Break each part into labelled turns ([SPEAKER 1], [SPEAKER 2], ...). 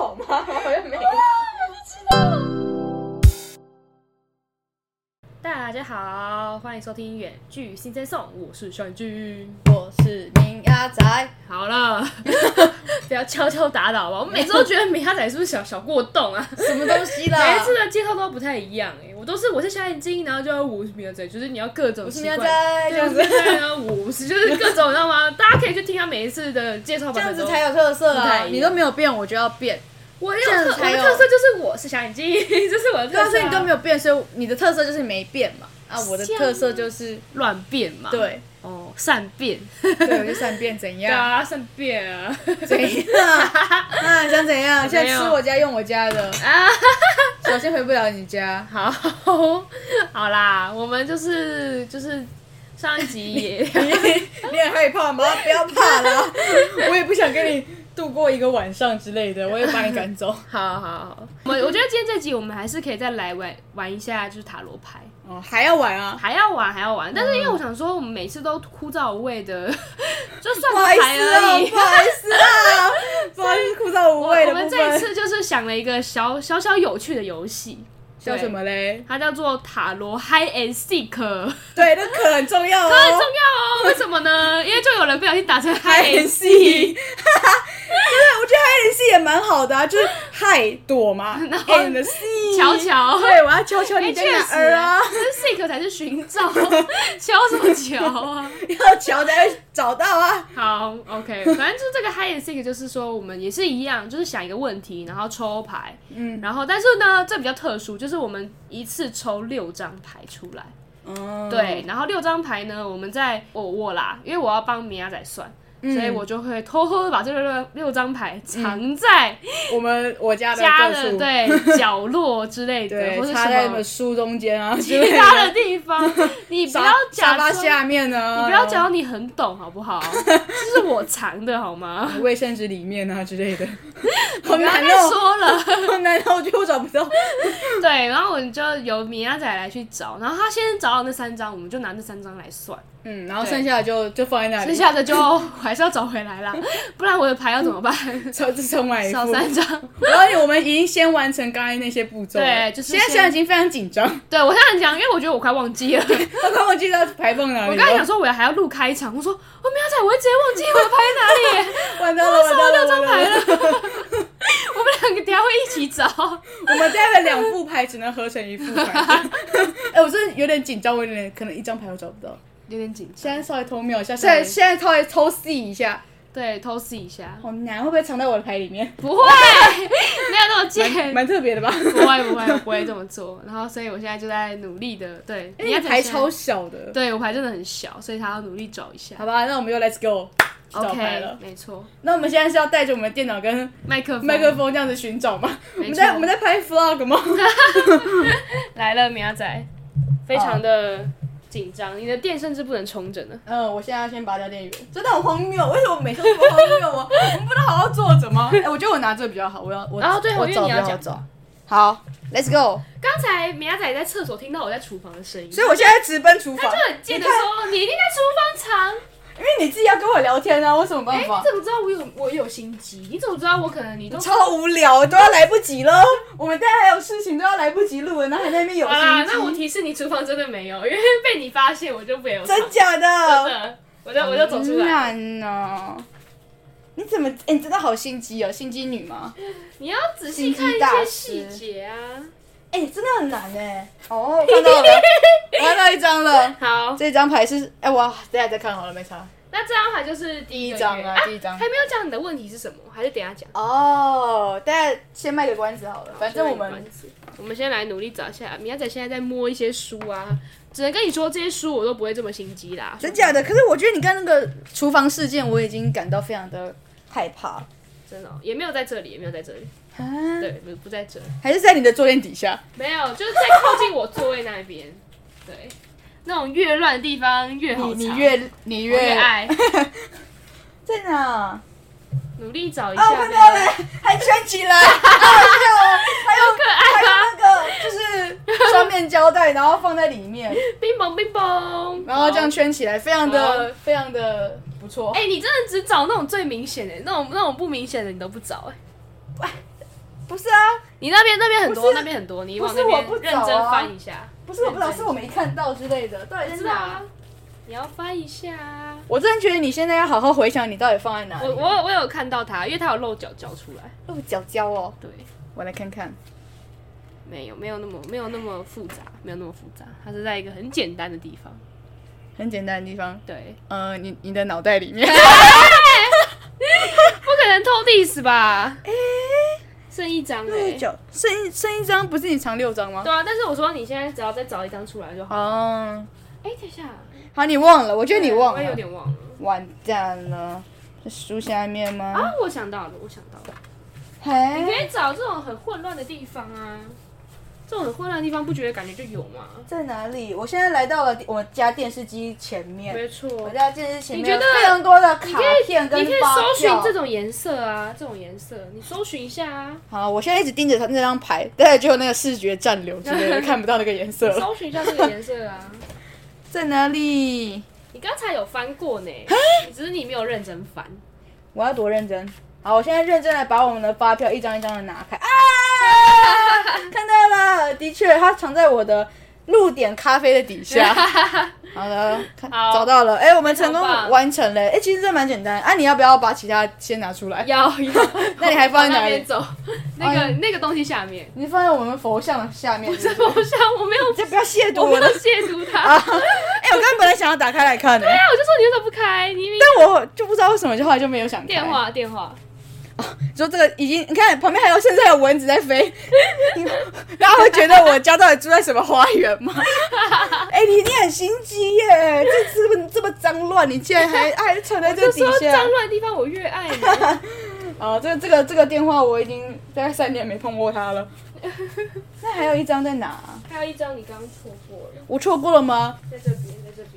[SPEAKER 1] 大家好，欢迎收听《远距新生颂》，我是帅君。
[SPEAKER 2] 我是林阿仔，
[SPEAKER 1] 好了， 不要敲敲打打吧。我每次都觉得米哈仔是不是小小过动啊？
[SPEAKER 2] 什么东西
[SPEAKER 1] 每
[SPEAKER 2] 啦？
[SPEAKER 1] 一次的介绍都不太一样哎、我都是我是小眼睛，然后就要五十米的嘴，就是你要各种
[SPEAKER 2] 我是
[SPEAKER 1] 奇
[SPEAKER 2] 米
[SPEAKER 1] 怪
[SPEAKER 2] 阿。仔，这
[SPEAKER 1] 对，我是米哈
[SPEAKER 2] 样子
[SPEAKER 1] 仔然后五十就是各种，你知道 吗？大家可以去听他每一次的介绍
[SPEAKER 2] 这
[SPEAKER 1] 版
[SPEAKER 2] 样
[SPEAKER 1] 本都
[SPEAKER 2] 子。才有特色
[SPEAKER 1] 不太
[SPEAKER 2] 啊！
[SPEAKER 1] 一样
[SPEAKER 2] 你都没有变，我就要变。
[SPEAKER 1] 我有
[SPEAKER 2] 这样
[SPEAKER 1] 特
[SPEAKER 2] 子
[SPEAKER 1] 我
[SPEAKER 2] 才
[SPEAKER 1] 的
[SPEAKER 2] 有
[SPEAKER 1] 特色就是我是小眼睛， 这是我的特
[SPEAKER 2] 对啊，
[SPEAKER 1] 色、
[SPEAKER 2] 所以你都没
[SPEAKER 1] 有
[SPEAKER 2] 有变，所以你的特色就是没变嘛。啊，我的
[SPEAKER 1] 像
[SPEAKER 2] 特色 就是
[SPEAKER 1] 乱变嘛。，
[SPEAKER 2] 对，
[SPEAKER 1] 哦，善变。
[SPEAKER 2] 对，我就善变，怎
[SPEAKER 1] 对
[SPEAKER 2] 样？
[SPEAKER 1] 啊，善变啊。
[SPEAKER 2] 怎样？啊，你想怎 样？现在吃我家用我家 的，
[SPEAKER 1] 啊，
[SPEAKER 2] 小心回不了你家。
[SPEAKER 1] 好，好啦，我们就是就是上一集也
[SPEAKER 2] 你很害怕吗？不要怕啦， 我也不想跟你度过一个晚上之类的，我也把你赶走。
[SPEAKER 1] 好好好，我我觉得今天这集我们还是可以再来玩玩一下，就是塔罗牌，
[SPEAKER 2] 哦，还要玩啊？
[SPEAKER 1] 还要玩还要玩，但是因为我想说，我们每次都枯燥无味的，就算
[SPEAKER 2] 不好意
[SPEAKER 1] 个牌
[SPEAKER 2] 思啊，
[SPEAKER 1] 而已
[SPEAKER 2] 不。好意思啊，不好意思，枯燥无味
[SPEAKER 1] 我
[SPEAKER 2] 的
[SPEAKER 1] 们
[SPEAKER 2] 部
[SPEAKER 1] 这一
[SPEAKER 2] 分。
[SPEAKER 1] 次就是想了一个小小小有趣的游戏，
[SPEAKER 2] 叫什么嘞？
[SPEAKER 1] 它叫做塔罗 High and Seek，很
[SPEAKER 2] 对，那可很重要哦
[SPEAKER 1] 重。要哦。为什么呢？因为就有人不小心打成
[SPEAKER 2] 嗨
[SPEAKER 1] High
[SPEAKER 2] 人
[SPEAKER 1] and
[SPEAKER 2] 戏，对，我觉得嗨人戏也蛮好的啊，就是嗨躲嘛 ，and 哎 see，
[SPEAKER 1] 瞧瞧
[SPEAKER 2] 对，我要瞧瞧
[SPEAKER 1] 哎
[SPEAKER 2] 你在
[SPEAKER 1] 确
[SPEAKER 2] 哪
[SPEAKER 1] 实
[SPEAKER 2] 儿啊，
[SPEAKER 1] ，seek 才是寻找， 敲什么敲啊？
[SPEAKER 2] 要瞧才会找到啊。
[SPEAKER 1] 好，OK，反正就是这个 high and seek，就是说我们也是一样，就是想一个问题，然后抽牌，
[SPEAKER 2] 嗯
[SPEAKER 1] 然后但是呢，这比较特殊，就是我们一次抽六张牌出来，
[SPEAKER 2] 嗯，
[SPEAKER 1] 对，然后六张牌呢，我们在我我啦，因为我要帮米娅仔算。
[SPEAKER 2] 嗯
[SPEAKER 1] 所以我就会偷偷地把这六六张牌藏在
[SPEAKER 2] 我们我家的
[SPEAKER 1] 家
[SPEAKER 2] 个
[SPEAKER 1] 的
[SPEAKER 2] 数
[SPEAKER 1] 对角落之类的，
[SPEAKER 2] 对
[SPEAKER 1] 或，者
[SPEAKER 2] 插
[SPEAKER 1] 什
[SPEAKER 2] 在什么
[SPEAKER 1] 么
[SPEAKER 2] 书中 间啊之类
[SPEAKER 1] 其他的地方， 你不要
[SPEAKER 2] 沙
[SPEAKER 1] 假
[SPEAKER 2] 沙发
[SPEAKER 1] 装
[SPEAKER 2] 下面啊呢，
[SPEAKER 1] 你不要讲你很懂好不 好？这是我藏的好吗？
[SPEAKER 2] 卫生纸里面啊之 类的，好
[SPEAKER 1] 不要
[SPEAKER 2] 难
[SPEAKER 1] 再
[SPEAKER 2] 哦，
[SPEAKER 1] 说了。
[SPEAKER 2] 好难哦，我觉得我找不到。
[SPEAKER 1] 对，然后我们就由米亚仔来去找，然后他先找到那三张，我们就拿那三张来算，
[SPEAKER 2] 嗯，然后剩下的就就放在那
[SPEAKER 1] 剩
[SPEAKER 2] 里，
[SPEAKER 1] 下的就 还是要找回来啦，不然我的牌要怎么办？
[SPEAKER 2] 超自重买一副
[SPEAKER 1] 少。三张。
[SPEAKER 2] 然后我们已经先完成刚才那些步骤了，
[SPEAKER 1] 对就是
[SPEAKER 2] 现在
[SPEAKER 1] 先
[SPEAKER 2] 现在已经非常紧张，
[SPEAKER 1] 对我现在很讲，因为我觉得我快忘记了。
[SPEAKER 2] 刚刚我记到排放哪
[SPEAKER 1] 我
[SPEAKER 2] 里
[SPEAKER 1] 刚才
[SPEAKER 2] 了
[SPEAKER 1] 想，说我还要录开场，我说我哦米亚仔，我会直接忘记我的牌在哪里耶，
[SPEAKER 2] 完蛋了，完蛋了，
[SPEAKER 1] 六 张
[SPEAKER 2] 完蛋
[SPEAKER 1] 牌
[SPEAKER 2] 了。
[SPEAKER 1] 了。 我们两个等一下会一起找。
[SPEAKER 2] 我们待会两副牌只能合成一 副牌。哎，我真的有点紧张，我有点可能一张牌都找不到。
[SPEAKER 1] 有点紧
[SPEAKER 2] 现
[SPEAKER 1] 张，
[SPEAKER 2] 在稍微偷瞄一下，现在现在稍微偷试一下，
[SPEAKER 1] 对，偷试一下，
[SPEAKER 2] 好难，会不会藏在我的牌里 面？
[SPEAKER 1] 不 会，没有那么
[SPEAKER 2] 蛮
[SPEAKER 1] 贱，
[SPEAKER 2] 蛮特别的吧？
[SPEAKER 1] 不会不会，我不会这么做。 然后，所以我现在就在努力的，对，
[SPEAKER 2] 因为哎你
[SPEAKER 1] 要
[SPEAKER 2] 牌超，小的。
[SPEAKER 1] 对我牌真的很小，所以他要努力找一下。
[SPEAKER 2] 好吧，那我们就 Let's go 去找牌
[SPEAKER 1] OK，
[SPEAKER 2] 了。
[SPEAKER 1] 没错，
[SPEAKER 2] 那我们现在是要带着我们的电脑跟
[SPEAKER 1] 麦克风，
[SPEAKER 2] 麦克风这样子寻找吗？我
[SPEAKER 1] 没错
[SPEAKER 2] 们在我们在拍 vlog 吗？
[SPEAKER 1] 来了，米亚仔，非常的紧张，你的电甚至不能充着呢。
[SPEAKER 2] 嗯，我现在要先拔掉电源，真的很荒谬。为什么每次都荒谬 啊？我们不能好好坐着吗？哎、我觉得我拿这个比较好。我要我
[SPEAKER 1] 哦对
[SPEAKER 2] 我
[SPEAKER 1] 因为
[SPEAKER 2] 找
[SPEAKER 1] 你要
[SPEAKER 2] 比较好
[SPEAKER 1] 讲
[SPEAKER 2] 找。好，Let's go。
[SPEAKER 1] 刚才米亚仔在厕所听到我在厨房的声音，
[SPEAKER 2] 所以我现在直奔厨房
[SPEAKER 1] 他，就很贱的说：“你一定在厨房藏。”
[SPEAKER 2] 因为你自己要跟我聊天啊，我有什么
[SPEAKER 1] 哎，
[SPEAKER 2] 办
[SPEAKER 1] 你
[SPEAKER 2] 法？
[SPEAKER 1] 怎么知道我有我有心机？你怎么知道我可能你都
[SPEAKER 2] 超无聊，都要来不及喽。我们大家还有事情都要来不及录了，然后还在那边有
[SPEAKER 1] 好啦，
[SPEAKER 2] 心
[SPEAKER 1] 那我
[SPEAKER 2] 机，
[SPEAKER 1] 提示你，厨房真的没有，因为被你发现，我就没有。
[SPEAKER 2] 真假的？
[SPEAKER 1] 的，我就我就走出来。
[SPEAKER 2] 难哦。你怎么？哎、你真的好心机哦，心机女吗？
[SPEAKER 1] 你要仔细看一些细节啊。
[SPEAKER 2] 哎、真的很难哎。哦，我看到 了，我看到一张了。
[SPEAKER 1] 好，
[SPEAKER 2] 这张牌是哎、我等一下再看好了，没差。
[SPEAKER 1] 那这张牌就是第
[SPEAKER 2] 第
[SPEAKER 1] 个
[SPEAKER 2] 一张
[SPEAKER 1] 月
[SPEAKER 2] 啊，第一张
[SPEAKER 1] 还。没有讲你的问题是什么，还是等一下讲。
[SPEAKER 2] 哦，大家先卖个关子好了，反正我们
[SPEAKER 1] 我们先来努力找一下。米亚仔现在在摸一些书啊，只能跟你说这些书我都不会这么心机啦。
[SPEAKER 2] 真假的。可是我觉得你刚刚那个厨房事件，我已经感到非常的害怕。
[SPEAKER 1] 真的哦也没有在这里，也没有在这里，
[SPEAKER 2] 啊，
[SPEAKER 1] 对，不不在这里，
[SPEAKER 2] 还是在你的坐垫底下。
[SPEAKER 1] 没有，就是在靠近我座位那边。对，那种越乱的地方越好
[SPEAKER 2] 你你
[SPEAKER 1] 藏
[SPEAKER 2] 越你
[SPEAKER 1] 我越
[SPEAKER 2] 越
[SPEAKER 1] 爱。
[SPEAKER 2] 在哪？
[SPEAKER 1] 努力找一
[SPEAKER 2] 啊，
[SPEAKER 1] 下
[SPEAKER 2] 我看
[SPEAKER 1] 呗，
[SPEAKER 2] 到了，还圈起 来，好笑哦！还有
[SPEAKER 1] 可爱
[SPEAKER 2] 还有
[SPEAKER 1] 吧？
[SPEAKER 2] 那个就是双面胶带，然后放在里面，
[SPEAKER 1] 冰崩冰崩，
[SPEAKER 2] 然后这样圈起来，非常的
[SPEAKER 1] 好
[SPEAKER 2] 非常的不错
[SPEAKER 1] 好。。哎、你真的只找那种最明显的，那种那种不明显的你都不找哎、
[SPEAKER 2] 不是啊，
[SPEAKER 1] 哎你那边那边很
[SPEAKER 2] 不
[SPEAKER 1] 多，
[SPEAKER 2] 是
[SPEAKER 1] 那边很多，你
[SPEAKER 2] 不
[SPEAKER 1] 往
[SPEAKER 2] 是
[SPEAKER 1] 那
[SPEAKER 2] 我不
[SPEAKER 1] 边
[SPEAKER 2] 找
[SPEAKER 1] 认真
[SPEAKER 2] 啊
[SPEAKER 1] 翻一下。
[SPEAKER 2] 不是我不知道，
[SPEAKER 1] 认
[SPEAKER 2] 是
[SPEAKER 1] 真
[SPEAKER 2] 我没看到之类哎的，到底是
[SPEAKER 1] 是啊，你要翻一下啊。
[SPEAKER 2] 我真的觉得你现在要好好回想，你到底放在哪里
[SPEAKER 1] 我。我我有看到他，因为他有露脚脚出来。
[SPEAKER 2] 露脚胶哦，
[SPEAKER 1] 对，
[SPEAKER 2] 我来看看。
[SPEAKER 1] 没有没有那么没有那么复杂，没有那么复杂，它是在一个很简单的地方。
[SPEAKER 2] 很简单的地方，
[SPEAKER 1] 对，
[SPEAKER 2] 呃，你你的脑袋里面，
[SPEAKER 1] 不可能偷 diss 吧？哎、剩一张哎、
[SPEAKER 2] 露脚 剩一剩一张，不是你藏六张吗？
[SPEAKER 1] 对啊，但是我说你现在只要再找一张出来就好。
[SPEAKER 2] 哦，
[SPEAKER 1] 哎、等一下，
[SPEAKER 2] 好，你忘了，我觉得你忘
[SPEAKER 1] 我也有
[SPEAKER 2] 了，
[SPEAKER 1] 点忘了。
[SPEAKER 2] 完蛋了，是书下面吗？
[SPEAKER 1] 啊，我想到了，我想到了，你可
[SPEAKER 2] 嘿，
[SPEAKER 1] 以找这种很混乱的地方啊，这种很混乱的地方不觉得感觉就有吗？
[SPEAKER 2] 在哪里？我现在来到了我家电视机前面，
[SPEAKER 1] 没错，
[SPEAKER 2] 我家电视前面
[SPEAKER 1] 你觉得
[SPEAKER 2] 有非常多的
[SPEAKER 1] 你
[SPEAKER 2] 卡
[SPEAKER 1] 可以
[SPEAKER 2] 片跟
[SPEAKER 1] 你可以
[SPEAKER 2] 发
[SPEAKER 1] 搜寻
[SPEAKER 2] 票
[SPEAKER 1] 这种颜色啊，这种颜色，你搜寻一下啊，
[SPEAKER 2] 好，我现在一直盯着他那张牌，但是就那个视觉暂留之类的，看不到那个颜色了。
[SPEAKER 1] 搜寻一下这个颜色啊。
[SPEAKER 2] 在哪里？
[SPEAKER 1] 你刚才有翻过呢，只是你没有认真翻。
[SPEAKER 2] 我要多认真。好，我现在认真来把我们的发票一张一张的拿 开啊！看到了，的确，它藏在我的露点咖啡的底 下。好了，看
[SPEAKER 1] 好
[SPEAKER 2] 找到了。哎、我们成功
[SPEAKER 1] 非常棒
[SPEAKER 2] 完成了。哎、其实这蛮简单。啊，你要不要把其他先拿出来？
[SPEAKER 1] 要要，
[SPEAKER 2] 那你还
[SPEAKER 1] 往
[SPEAKER 2] 放在哪
[SPEAKER 1] 那
[SPEAKER 2] 里哎
[SPEAKER 1] 边走，那个那个东西下面。
[SPEAKER 2] 你放在我们佛像的下面。
[SPEAKER 1] 不 是我想我没有，
[SPEAKER 2] 就不要亵渎
[SPEAKER 1] 我没
[SPEAKER 2] 我
[SPEAKER 1] 有
[SPEAKER 2] 的。
[SPEAKER 1] 亵渎
[SPEAKER 2] 啊！
[SPEAKER 1] 他。
[SPEAKER 2] 哎、我刚本来想要打开来看的、
[SPEAKER 1] 哎呀，我就说你为什么不开？你
[SPEAKER 2] 但我就不知道为什么，就后来就没有想开
[SPEAKER 1] 电。话电话，
[SPEAKER 2] 就这个已经，你看旁边还有现在有蚊子在飞， 大家会觉得我家到底住在什么花园吗？哎、你你很心机耶，这这么这么脏乱，你竟然还还藏在这
[SPEAKER 1] 就
[SPEAKER 2] 底
[SPEAKER 1] 说
[SPEAKER 2] 下
[SPEAKER 1] 脏。乱的地方我越爱 你。
[SPEAKER 2] 啊，这个这个这个电话我已经大概三年没碰 过它了。那还有一张在哪、啊
[SPEAKER 1] 还有一张你刚刚错过了，
[SPEAKER 2] 我错过了吗？
[SPEAKER 1] 在这边，在这边。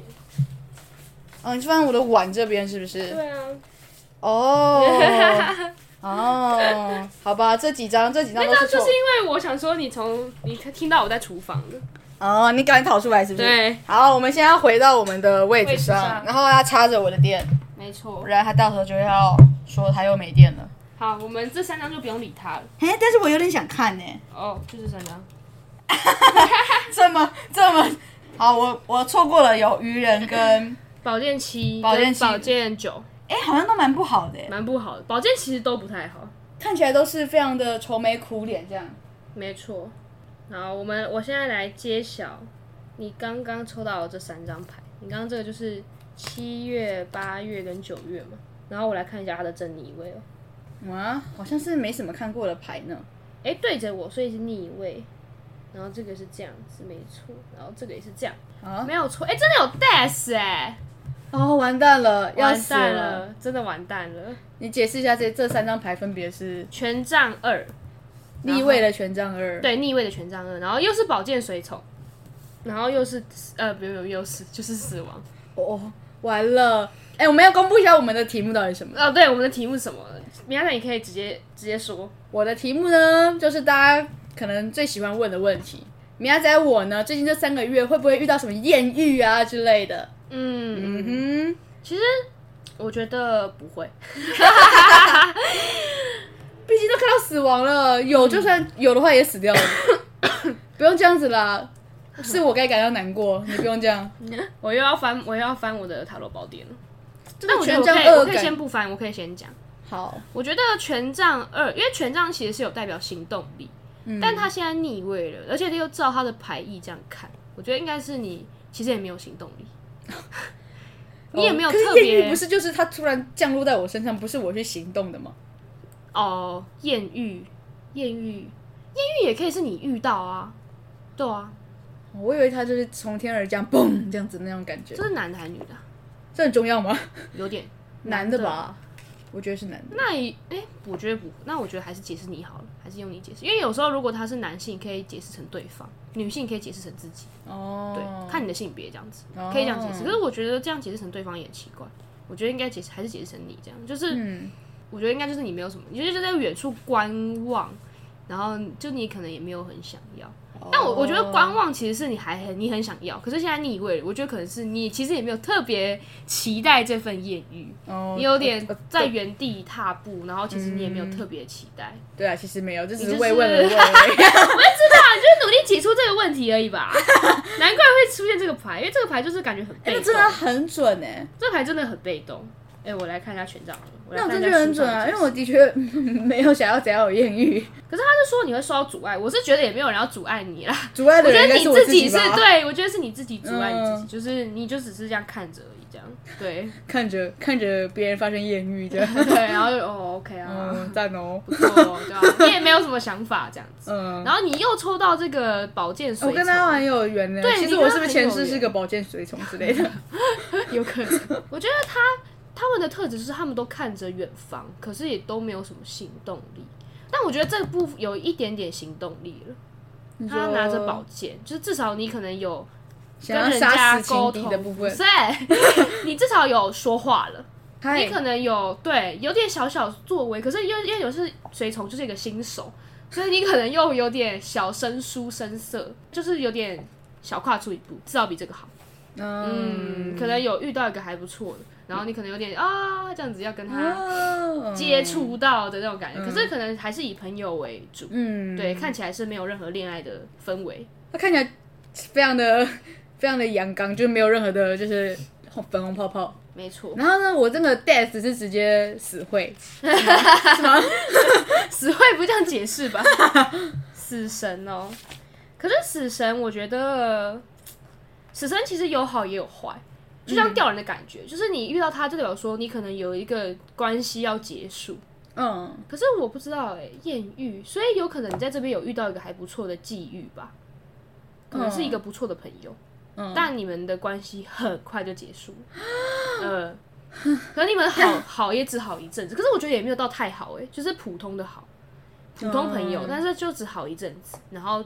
[SPEAKER 2] 嗯、你是放在我的碗这边是不是？
[SPEAKER 1] 对啊，
[SPEAKER 2] 哦。哦，好吧，这几张这几张
[SPEAKER 1] 那
[SPEAKER 2] 都
[SPEAKER 1] 张
[SPEAKER 2] 是
[SPEAKER 1] 就
[SPEAKER 2] 错
[SPEAKER 1] 是。因为我想说你从你听到我在厨房的，
[SPEAKER 2] 哦，你赶紧逃出来是不是？
[SPEAKER 1] 对，
[SPEAKER 2] 好，我们现在回到我们的位置上，
[SPEAKER 1] 位置上
[SPEAKER 2] 然后要插着我的电，
[SPEAKER 1] 没错
[SPEAKER 2] 不。然他到时候就要说他又没电了。
[SPEAKER 1] 好，我们这三张就不用理他了。
[SPEAKER 2] 哎，但是我有点想看呢、
[SPEAKER 1] 哦，就是三张。
[SPEAKER 2] 这么这么好，我我错过了有愚人 跟
[SPEAKER 1] 保健七，
[SPEAKER 2] 保健七
[SPEAKER 1] 保健九，
[SPEAKER 2] 哎，好像都蛮不好的、欸，
[SPEAKER 1] 蛮不好的。保健其实都不太好。
[SPEAKER 2] 看起来都是非常的愁眉苦脸这样。
[SPEAKER 1] 没错。好，我们我现在来揭晓你刚刚抽到的这三张牌。你刚刚这个就是七月、八月跟九月嘛。然后我来看一下它的正逆位哦。
[SPEAKER 2] 哇，好像是没什么看过的牌呢。
[SPEAKER 1] 哎，对着我，所以是逆位。然后这个是这样子，没错。然后这个也是这样，
[SPEAKER 2] 啊，
[SPEAKER 1] 没有错。哎，真的有 death 哎、
[SPEAKER 2] 哦，完蛋了，要
[SPEAKER 1] 完
[SPEAKER 2] 死
[SPEAKER 1] 蛋！了，真的完蛋了。
[SPEAKER 2] 你解释一下这这三张牌分别是
[SPEAKER 1] 权杖二，
[SPEAKER 2] 立位的权杖二，，
[SPEAKER 1] 对逆位的权杖二，然后又是宝剑随从，然后又是呃，没有没有，又是就是死亡。
[SPEAKER 2] 哦，完了。哎，我们要公布一下我们的题目到底是什么。
[SPEAKER 1] 哦，对，我们的题目是什么？米娅，你可以直接直接说。
[SPEAKER 2] 我的题目呢，就是大家可能最喜欢问的问题。米亚仔我呢，最近这三个月会不会遇到什么艳遇啊之类的？
[SPEAKER 1] 嗯，
[SPEAKER 2] 嗯
[SPEAKER 1] 其实我觉得不会，
[SPEAKER 2] 哼，毕竟都看到死亡了，有就算有的话也 死掉了，不用这样子啦。是我该感到难过，你不用 这样。
[SPEAKER 1] 我又要翻，我又要翻我的塔罗宝典了。
[SPEAKER 2] 这
[SPEAKER 1] 但
[SPEAKER 2] 个
[SPEAKER 1] 我觉得
[SPEAKER 2] 权
[SPEAKER 1] 我
[SPEAKER 2] 杖
[SPEAKER 1] 可以，我
[SPEAKER 2] 二
[SPEAKER 1] 可以先
[SPEAKER 2] 感
[SPEAKER 1] 不翻，我可以先讲。
[SPEAKER 2] 好，
[SPEAKER 1] 我觉得权杖二，因为权杖其实是有代表行动力，
[SPEAKER 2] 嗯
[SPEAKER 1] 但他现在逆位了，而且他又照他的牌意这样看，我觉得应该是你其实也没有行动 力，你也没有
[SPEAKER 2] 哦可是
[SPEAKER 1] 特
[SPEAKER 2] 艳
[SPEAKER 1] 别
[SPEAKER 2] 遇不是就是他突然降落在我身上，不是我去行动的吗？
[SPEAKER 1] 哦，艳遇，艳遇，艳遇也可以是你遇到啊，对啊，
[SPEAKER 2] 我以为他就是从天而降，嘣这样子那种感觉
[SPEAKER 1] 这，是男的还是女的啊？
[SPEAKER 2] 这很重要吗？
[SPEAKER 1] 有点
[SPEAKER 2] 男的？吧，我觉得是男的。
[SPEAKER 1] 那也哎、我觉得不，那我觉得还是解释你好了，还是用你解释，因为有时候如果他是男性，可以解释成对方；女性可以解释成自己，
[SPEAKER 2] 哦，
[SPEAKER 1] 对，看你的性别这样子，可以这样解释。可是我觉得这样解释成对方也奇怪，我觉得应该解释还是解释成你这样，就是
[SPEAKER 2] 嗯，
[SPEAKER 1] 我觉得应该就是你没有什么，你就是在远处观望，然后就你可能也没有很想要。但
[SPEAKER 2] 哦
[SPEAKER 1] 我我觉得观望其实是你还很你很想要，可是现在逆位了，我觉得可能是你其实也没有特别期待这份艳遇，
[SPEAKER 2] 哦
[SPEAKER 1] 你有点
[SPEAKER 2] 呃呃
[SPEAKER 1] 在原地踏步，然后其实你也没有特别期待。
[SPEAKER 2] 对啊，其实没有，就只
[SPEAKER 1] 就是是
[SPEAKER 2] 慰问而 已。哎、
[SPEAKER 1] 啊，你就是努力解出这个问题而已吧。 难怪会出现这个牌，因为这个牌就是感觉很被
[SPEAKER 2] 那
[SPEAKER 1] 动，
[SPEAKER 2] 真的很准哎、
[SPEAKER 1] 这个牌真的很被动。哎、我来看一下权杖好了，我来
[SPEAKER 2] 那我
[SPEAKER 1] 看
[SPEAKER 2] 真
[SPEAKER 1] 一下
[SPEAKER 2] 的觉得
[SPEAKER 1] 权
[SPEAKER 2] 很准
[SPEAKER 1] 杖
[SPEAKER 2] 啊，
[SPEAKER 1] 的解
[SPEAKER 2] 因为
[SPEAKER 1] 释
[SPEAKER 2] 我的确 没有想要怎样有艳遇，
[SPEAKER 1] 可是他是说你会受到阻碍，我是觉得也没有人要阻碍你啦。
[SPEAKER 2] 阻碍
[SPEAKER 1] 我
[SPEAKER 2] 的
[SPEAKER 1] 觉
[SPEAKER 2] 人
[SPEAKER 1] 得
[SPEAKER 2] 应该
[SPEAKER 1] 你
[SPEAKER 2] 是我
[SPEAKER 1] 己是
[SPEAKER 2] 吧。
[SPEAKER 1] 对，我觉得是你自己阻碍你自己，
[SPEAKER 2] 嗯
[SPEAKER 1] 就是你就只是这样看着而已，这样对
[SPEAKER 2] 看着看着别人发生艳遇这样，
[SPEAKER 1] 对，然后就哦 OK 啊，
[SPEAKER 2] 嗯，赞哦，
[SPEAKER 1] 不错哦，对啊，你也没有什么想法这样子，
[SPEAKER 2] 嗯，
[SPEAKER 1] 然后你又抽到这个宝剑水
[SPEAKER 2] 我
[SPEAKER 1] 桶，
[SPEAKER 2] 跟他很有缘呢。
[SPEAKER 1] 对
[SPEAKER 2] 其
[SPEAKER 1] 你
[SPEAKER 2] 实
[SPEAKER 1] 跟
[SPEAKER 2] 我
[SPEAKER 1] 他
[SPEAKER 2] 是不是
[SPEAKER 1] 很
[SPEAKER 2] 前
[SPEAKER 1] 有
[SPEAKER 2] 世是
[SPEAKER 1] 缘
[SPEAKER 2] 个保健水桶之类 的？
[SPEAKER 1] 有可能，我觉得他他们的特质是他们都看着远方，可是也都没有什么行动力。但我觉得这个部分有一点点行动力了，
[SPEAKER 2] 你
[SPEAKER 1] 他
[SPEAKER 2] 说
[SPEAKER 1] 拿着宝剑，就是至少你可能有
[SPEAKER 2] 想
[SPEAKER 1] 跟
[SPEAKER 2] 要
[SPEAKER 1] 人
[SPEAKER 2] 杀
[SPEAKER 1] 家
[SPEAKER 2] 死
[SPEAKER 1] 沟
[SPEAKER 2] 情敌
[SPEAKER 1] 通
[SPEAKER 2] 的部分，
[SPEAKER 1] 对， 你至少有说话了。
[SPEAKER 2] 嗨
[SPEAKER 1] 你可能有对有点小小作为，可是因为因为有是随从就是一个新手，所以你可能又有点小生疏生涩，就是有点小跨出一步，至少比这个好。嗯，
[SPEAKER 2] 嗯，
[SPEAKER 1] 可能有遇到一个还不错的，然后你可能有点啊这样子要跟他
[SPEAKER 2] 啊
[SPEAKER 1] 接，触到的那种感觉，可是可能还是以朋友为主。
[SPEAKER 2] 嗯，
[SPEAKER 1] 对，看起来是没有任何恋爱的氛围，
[SPEAKER 2] 他看起来非常的 非常的阳刚，就是没有任何的就是红粉红泡泡。
[SPEAKER 1] 没错，
[SPEAKER 2] 然后呢，我这个 death 是直接死会，
[SPEAKER 1] 死会不这样解释吧？ 死神哦，可是死神，我觉得死神其实有好也有坏，就像吊人的感觉，就是你遇到他，就代表说你可能有一个关系要结束。
[SPEAKER 2] 嗯，
[SPEAKER 1] 可是我不知道哎、艳遇，所以有可能你在这边有遇到一个还不错的际遇吧，可能是一个不错的朋友，
[SPEAKER 2] 嗯
[SPEAKER 1] 但你们的关系很快就结束了，呃，可能你们 好好也只好一阵子，可是我觉得也没有到太好哎、就是普通的好，普通朋友，
[SPEAKER 2] 嗯
[SPEAKER 1] 但是就只好一阵子，然后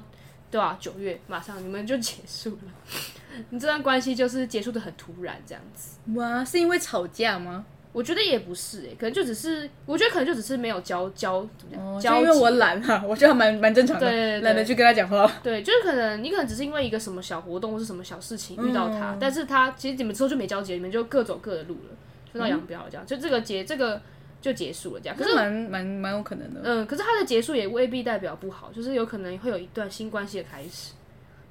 [SPEAKER 1] 对啊，九月马上你们就结束了， 你这段关系就是结束的很突然这样子。
[SPEAKER 2] 哇，是因为吵架吗？
[SPEAKER 1] 我觉得也不是哎、可能就只是，我觉得可能就只是没有交交怎么
[SPEAKER 2] 哦
[SPEAKER 1] 讲，
[SPEAKER 2] 就
[SPEAKER 1] 交
[SPEAKER 2] 因为
[SPEAKER 1] 集啊
[SPEAKER 2] 我懒哈、 我觉得还蛮蛮正常
[SPEAKER 1] 对对
[SPEAKER 2] 的，
[SPEAKER 1] 对
[SPEAKER 2] 懒得去跟他讲话。
[SPEAKER 1] 对，就是可能你可能只是因为一个什么小活动或是什么小事情遇到他，但是他其实你们之后就没交集，你们就各走各的路了，分道扬镳了，这样、就这个结这个就结束了，这样。可
[SPEAKER 2] 可
[SPEAKER 1] 是
[SPEAKER 2] 是蛮蛮蛮有可能的，
[SPEAKER 1] 嗯，可是他的结束也未必代表不好，就是有可能会有一段新关系的开始。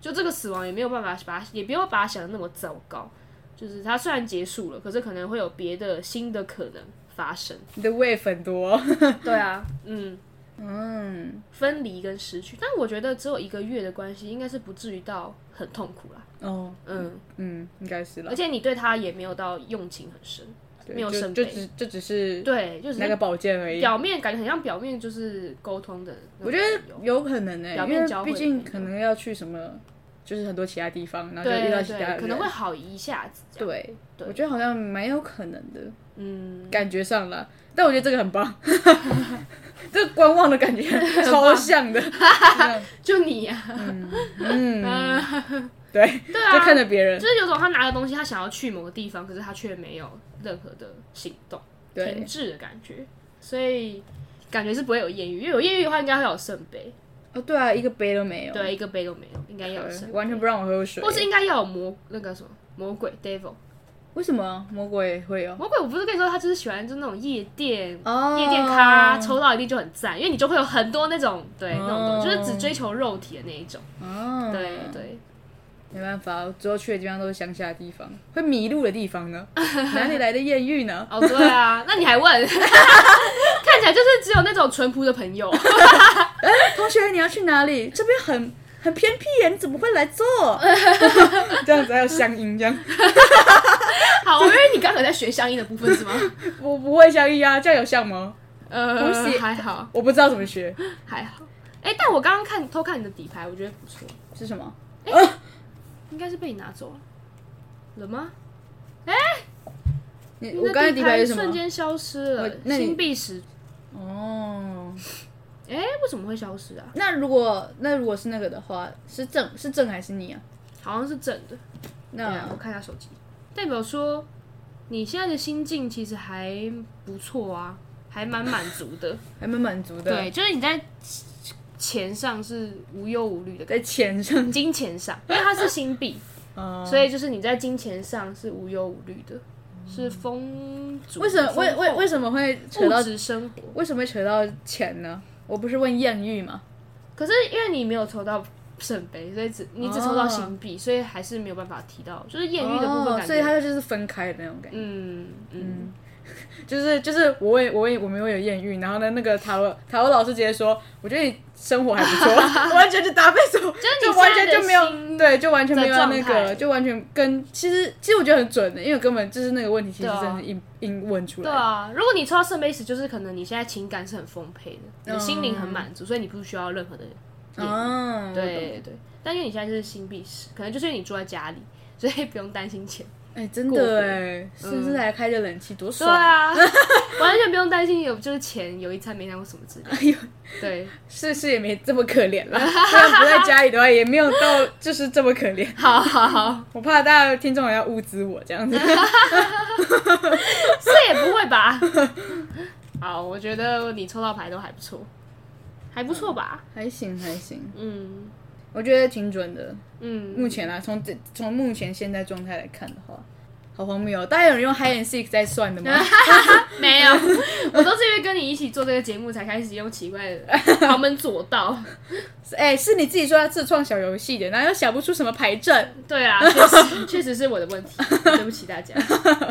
[SPEAKER 1] 就这个死亡也没有办法把它，也不要把它想的那么糟糕。就是它虽然结束了，可是可能会有别的新的可能发生。
[SPEAKER 2] 你的 wave 很多，
[SPEAKER 1] 对啊，嗯，
[SPEAKER 2] 嗯，
[SPEAKER 1] 分离跟失去，但我觉得只有一个月的关系，应该是不至于到很痛苦啦。
[SPEAKER 2] 哦，
[SPEAKER 1] 嗯，
[SPEAKER 2] 嗯，应该是啦
[SPEAKER 1] 而，且你对他也没有到用情很深，
[SPEAKER 2] 对
[SPEAKER 1] 没有
[SPEAKER 2] 就
[SPEAKER 1] 生
[SPEAKER 2] 就
[SPEAKER 1] 悲
[SPEAKER 2] 只就只是
[SPEAKER 1] 对，就只
[SPEAKER 2] 那个
[SPEAKER 1] 是
[SPEAKER 2] 宝剑而已。
[SPEAKER 1] 表面感觉很像表面就是沟通的那种
[SPEAKER 2] 我
[SPEAKER 1] 朋
[SPEAKER 2] 觉
[SPEAKER 1] 友。
[SPEAKER 2] 得有可能呢、
[SPEAKER 1] 表
[SPEAKER 2] 因
[SPEAKER 1] 面
[SPEAKER 2] 为
[SPEAKER 1] 交汇
[SPEAKER 2] 毕
[SPEAKER 1] 的
[SPEAKER 2] 竟
[SPEAKER 1] 朋友
[SPEAKER 2] 可能要去什么，就是很多其他地方，然后就遇到
[SPEAKER 1] 对
[SPEAKER 2] 其他
[SPEAKER 1] 对，
[SPEAKER 2] 人，
[SPEAKER 1] 可能会好一下子这样。
[SPEAKER 2] 对，
[SPEAKER 1] 对
[SPEAKER 2] 我觉得好像蛮有可能的，
[SPEAKER 1] 嗯，
[SPEAKER 2] 感觉上了。但我觉得这个很棒， 这个观望的感觉超像的，
[SPEAKER 1] 就你呀、
[SPEAKER 2] 嗯，
[SPEAKER 1] 啊，
[SPEAKER 2] 对，
[SPEAKER 1] 对
[SPEAKER 2] 就看
[SPEAKER 1] 啊，
[SPEAKER 2] 着别人
[SPEAKER 1] 就，是有种他拿个东西，他想要去某个地方，可是他却没有任何的行动，停
[SPEAKER 2] 对，
[SPEAKER 1] 滞的感觉，所以感觉是不会有艳遇，因为有艳遇的话，应该会有圣杯，
[SPEAKER 2] 哦，对啊，一个杯都没有，
[SPEAKER 1] 对，一个杯都没有，应该要有
[SPEAKER 2] 对，
[SPEAKER 1] 圣
[SPEAKER 2] 呃完全
[SPEAKER 1] 杯，
[SPEAKER 2] 不让我喝水
[SPEAKER 1] 或，是应该要有魔那个什么魔鬼 devil。
[SPEAKER 2] 为什么魔鬼会有？
[SPEAKER 1] 魔鬼，我不是跟你说，他就是喜欢就那种夜店、
[SPEAKER 2] 哦，
[SPEAKER 1] 夜店咖，抽到一定就很赞，因为你就会有很多那种对那种东西，就是只追求肉体的那一种。
[SPEAKER 2] 哦，
[SPEAKER 1] 对对，
[SPEAKER 2] 没办法，我之后去的地方都是乡下的地方，会迷路的地方呢，哪里来的艳遇呢？
[SPEAKER 1] 哦对啊，那你还问？ 看起来就是只有那种淳朴的朋友，
[SPEAKER 2] 同学，你要去哪里？这边很很偏僻耶，你怎么会来做？ 这样子还有乡音，这样
[SPEAKER 1] 好，我以为你刚才在学乡音的部分是 吗？
[SPEAKER 2] 我不会乡音啊，这样有像吗？
[SPEAKER 1] 呃
[SPEAKER 2] 不是
[SPEAKER 1] 还好
[SPEAKER 2] 我不知道怎么学，
[SPEAKER 1] 还好。哎，但我刚刚看偷看你的底牌，我觉得不错，
[SPEAKER 2] 是什么？
[SPEAKER 1] 应该是被你拿走了，了吗？
[SPEAKER 2] 你
[SPEAKER 1] 你
[SPEAKER 2] 我
[SPEAKER 1] 的
[SPEAKER 2] 刚才底牌是什
[SPEAKER 1] 瞬
[SPEAKER 2] 么？
[SPEAKER 1] 间消失了
[SPEAKER 2] 我，那你
[SPEAKER 1] 星币石。
[SPEAKER 2] 哦，
[SPEAKER 1] 哎，为什么会消失啊？
[SPEAKER 2] 那如果那如果是那个的话，是正是正还是你啊？
[SPEAKER 1] 好像是正的。对啊，我
[SPEAKER 2] 那
[SPEAKER 1] 看一下手机，代表说你现在的心境其实还不错啊，还蛮满足的。
[SPEAKER 2] 还蛮满足的。
[SPEAKER 1] 对，就是你在钱上是无忧无虑的感
[SPEAKER 2] 在钱上
[SPEAKER 1] 觉，金钱上，因为它是新 币，
[SPEAKER 2] 哦，
[SPEAKER 1] 所以就是你在金钱上是无忧无虑的，是丰足。
[SPEAKER 2] 为什么为为
[SPEAKER 1] 嗯
[SPEAKER 2] 为
[SPEAKER 1] 么
[SPEAKER 2] 什么会扯到
[SPEAKER 1] 物质生活？
[SPEAKER 2] 为什么会扯到钱呢？我不是问艳遇吗？
[SPEAKER 1] 可是因为你没有抽到圣杯，所以只你只抽到新币，所以还是没有办法提到，就是艳遇的部分
[SPEAKER 2] 哦
[SPEAKER 1] 感觉。
[SPEAKER 2] 所以它就是分开的那种感觉。
[SPEAKER 1] 嗯嗯，
[SPEAKER 2] 就是就是我问我问我们会有艳遇，然后呢，那个塔罗塔罗老师直接说，我觉得你生活还不 错，完全就搭配手，
[SPEAKER 1] 就是
[SPEAKER 2] 就
[SPEAKER 1] 你
[SPEAKER 2] 完
[SPEAKER 1] 现在
[SPEAKER 2] 全
[SPEAKER 1] 的
[SPEAKER 2] 就没有
[SPEAKER 1] 心
[SPEAKER 2] 对，就完全没有
[SPEAKER 1] 的状
[SPEAKER 2] 那
[SPEAKER 1] 态
[SPEAKER 2] 个，就完全跟其实其实我觉得很准的，因为根本就是那个问题，其实
[SPEAKER 1] 对啊
[SPEAKER 2] 真的是硬硬问出来
[SPEAKER 1] 对
[SPEAKER 2] 的。
[SPEAKER 1] 啊，如果你抽到圣杯十，就是可能你现在情感是很丰沛的，你的心灵很
[SPEAKER 2] 嗯
[SPEAKER 1] 满足，所以你不需要任何的
[SPEAKER 2] 嗯，我懂
[SPEAKER 1] 啊对对对，但因为你现在就是新币时，可能就是因为你住在家里，所以不用担心钱。
[SPEAKER 2] 哎，真
[SPEAKER 1] 过火
[SPEAKER 2] 的哎，是不是还开着冷气，多
[SPEAKER 1] 对
[SPEAKER 2] 爽啊！
[SPEAKER 1] 啊， 完全不用担心有就是钱有一餐没餐或什么之类的。对，
[SPEAKER 2] 是是也没这么可怜啦，虽然不在家里的话，也没有到就是这么可怜。
[SPEAKER 1] 好好好，
[SPEAKER 2] 我怕大家听众要物资我这样子。
[SPEAKER 1] 这也不会吧？好，我觉得你抽到牌都还不错， 还不错吧？
[SPEAKER 2] 还行还行，
[SPEAKER 1] 嗯
[SPEAKER 2] 我觉得挺准的。
[SPEAKER 1] 嗯，
[SPEAKER 2] 目前啦，啊从这从目前现在状态来看的话，好荒谬、哦！大家有人用 High and Six 在算 的吗？
[SPEAKER 1] 没有，我都是因为跟你一起做这个节目才开始用奇怪 的旁门左道。
[SPEAKER 2] 哎、是你自己说要自创小游戏的，然后又想不出什么牌阵。
[SPEAKER 1] 对啊，确 实确实是我的问题，对不起大家。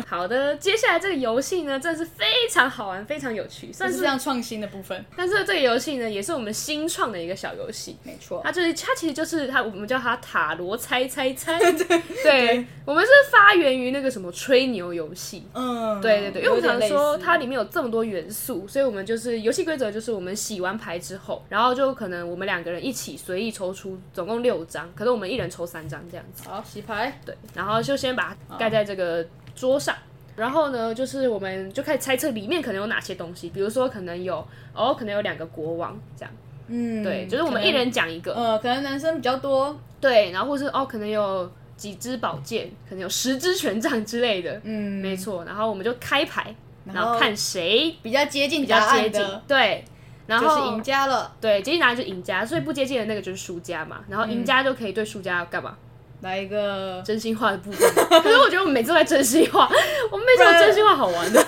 [SPEAKER 1] 好的，接下来这个游戏呢，真的是非常好玩，非常有趣，算是。
[SPEAKER 2] 样创新的部分，
[SPEAKER 1] 但是这个游戏呢，也是我们新创的一个小游戏。
[SPEAKER 2] 没错。
[SPEAKER 1] 它就是它，其实就是它，我们叫它塔罗猜猜 猜。对，我们是发源于那个什么吹牛游戏。
[SPEAKER 2] 嗯，
[SPEAKER 1] 对对对，因为我们
[SPEAKER 2] 有
[SPEAKER 1] 想
[SPEAKER 2] 点
[SPEAKER 1] 说
[SPEAKER 2] 类似
[SPEAKER 1] 它里面有这么多元素，所以我们就是游戏规则就是我们洗完牌之后，然后就可能我们两个人一起随意抽出总共六张，可能我们一人抽三张这样子。
[SPEAKER 2] 好洗牌，
[SPEAKER 1] 对，然后就先把它盖在这个桌上。然后呢，就是我们就开始猜测里面可能有哪些东西，比如说可能有哦，可能有两个国王这样，
[SPEAKER 2] 嗯，
[SPEAKER 1] 对，就是我们一人讲一
[SPEAKER 2] 可
[SPEAKER 1] 个，
[SPEAKER 2] 能，呃，可能男生比较多，
[SPEAKER 1] 对，然后或是哦，可能有几支宝剑，可能有十支权杖之类的，
[SPEAKER 2] 嗯，
[SPEAKER 1] 没错。然后我们就开牌，然
[SPEAKER 2] 后
[SPEAKER 1] 后看谁
[SPEAKER 2] 比较接近
[SPEAKER 1] 比
[SPEAKER 2] 比
[SPEAKER 1] 较接近，对，然
[SPEAKER 2] 就
[SPEAKER 1] 后
[SPEAKER 2] 是赢家了。
[SPEAKER 1] 对，接近答案就是赢家，所以不接近的那个就是输家嘛。然后赢
[SPEAKER 2] 嗯
[SPEAKER 1] 家就可以对输家干嘛？
[SPEAKER 2] 来一个，
[SPEAKER 1] 真心话的部分。可是我觉得我们每次都在真心话， 我们没什么真心话好玩的。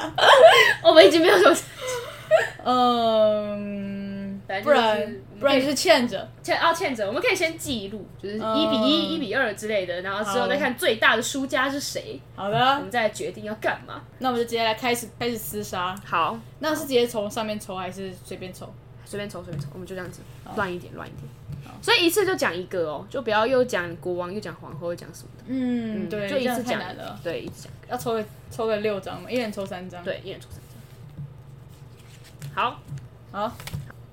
[SPEAKER 1] 我们已经没有什么
[SPEAKER 2] 嗯，
[SPEAKER 1] 反正就是
[SPEAKER 2] 不然不然就是欠着，
[SPEAKER 1] 欠哦欠着，我们可以先记录，就是
[SPEAKER 2] 嗯
[SPEAKER 1] 一比一、一比二之类的，然后之后
[SPEAKER 2] 好
[SPEAKER 1] 再看最大的输家是谁，
[SPEAKER 2] 好
[SPEAKER 1] 我
[SPEAKER 2] 的
[SPEAKER 1] 们，再决定要干嘛。
[SPEAKER 2] 那我们就直接来开始开始厮杀。
[SPEAKER 1] 好，
[SPEAKER 2] 那是直接从上面抽还是随便抽？
[SPEAKER 1] 随便抽随便抽，我们就这样子乱一点乱一点。所以一次就讲一个哦，就不要又讲国王，又讲皇后，又讲什么的。
[SPEAKER 2] 嗯，对，
[SPEAKER 1] 就一
[SPEAKER 2] 这样
[SPEAKER 1] 次
[SPEAKER 2] 太
[SPEAKER 1] 讲
[SPEAKER 2] 难了，，
[SPEAKER 1] 对，一次讲，
[SPEAKER 2] 要抽个抽个六张嘛，一人抽三张。，
[SPEAKER 1] 对，一人抽三张。好，
[SPEAKER 2] 好，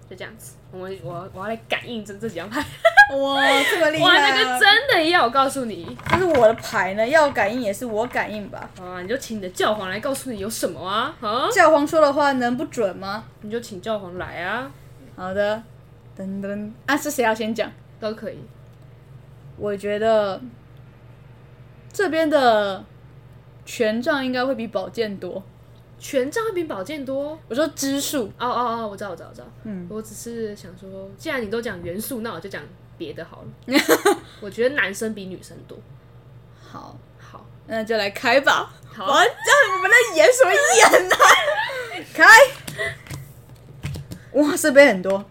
[SPEAKER 1] 就这样子。我们我我要来感应这这几张牌。
[SPEAKER 2] 哇，这么厉
[SPEAKER 1] 哇，那个真的要我告诉你
[SPEAKER 2] 但是我的牌呢，要感应也是我感应吧。
[SPEAKER 1] 啊！你就请你的教皇来告诉你有什么啊啊！
[SPEAKER 2] 教皇说的话能不准吗？
[SPEAKER 1] 你就请教皇来啊，
[SPEAKER 2] 好的，噔噔啊，是谁要先讲？
[SPEAKER 1] 都可以。
[SPEAKER 2] 我觉得这边的权杖应该会比宝剑多。
[SPEAKER 1] 权杖会比宝剑多
[SPEAKER 2] 我说支数，
[SPEAKER 1] 哦哦哦！我知道，我知道，我知道。
[SPEAKER 2] 嗯，
[SPEAKER 1] 我只是想说，既然你都讲元素，那我就讲别的好了。 我觉得男生比女生多。
[SPEAKER 2] 好，
[SPEAKER 1] 好，
[SPEAKER 2] 那就来开吧。
[SPEAKER 1] 好
[SPEAKER 2] 我这我们在演什么演 呢、开！哇，这边很多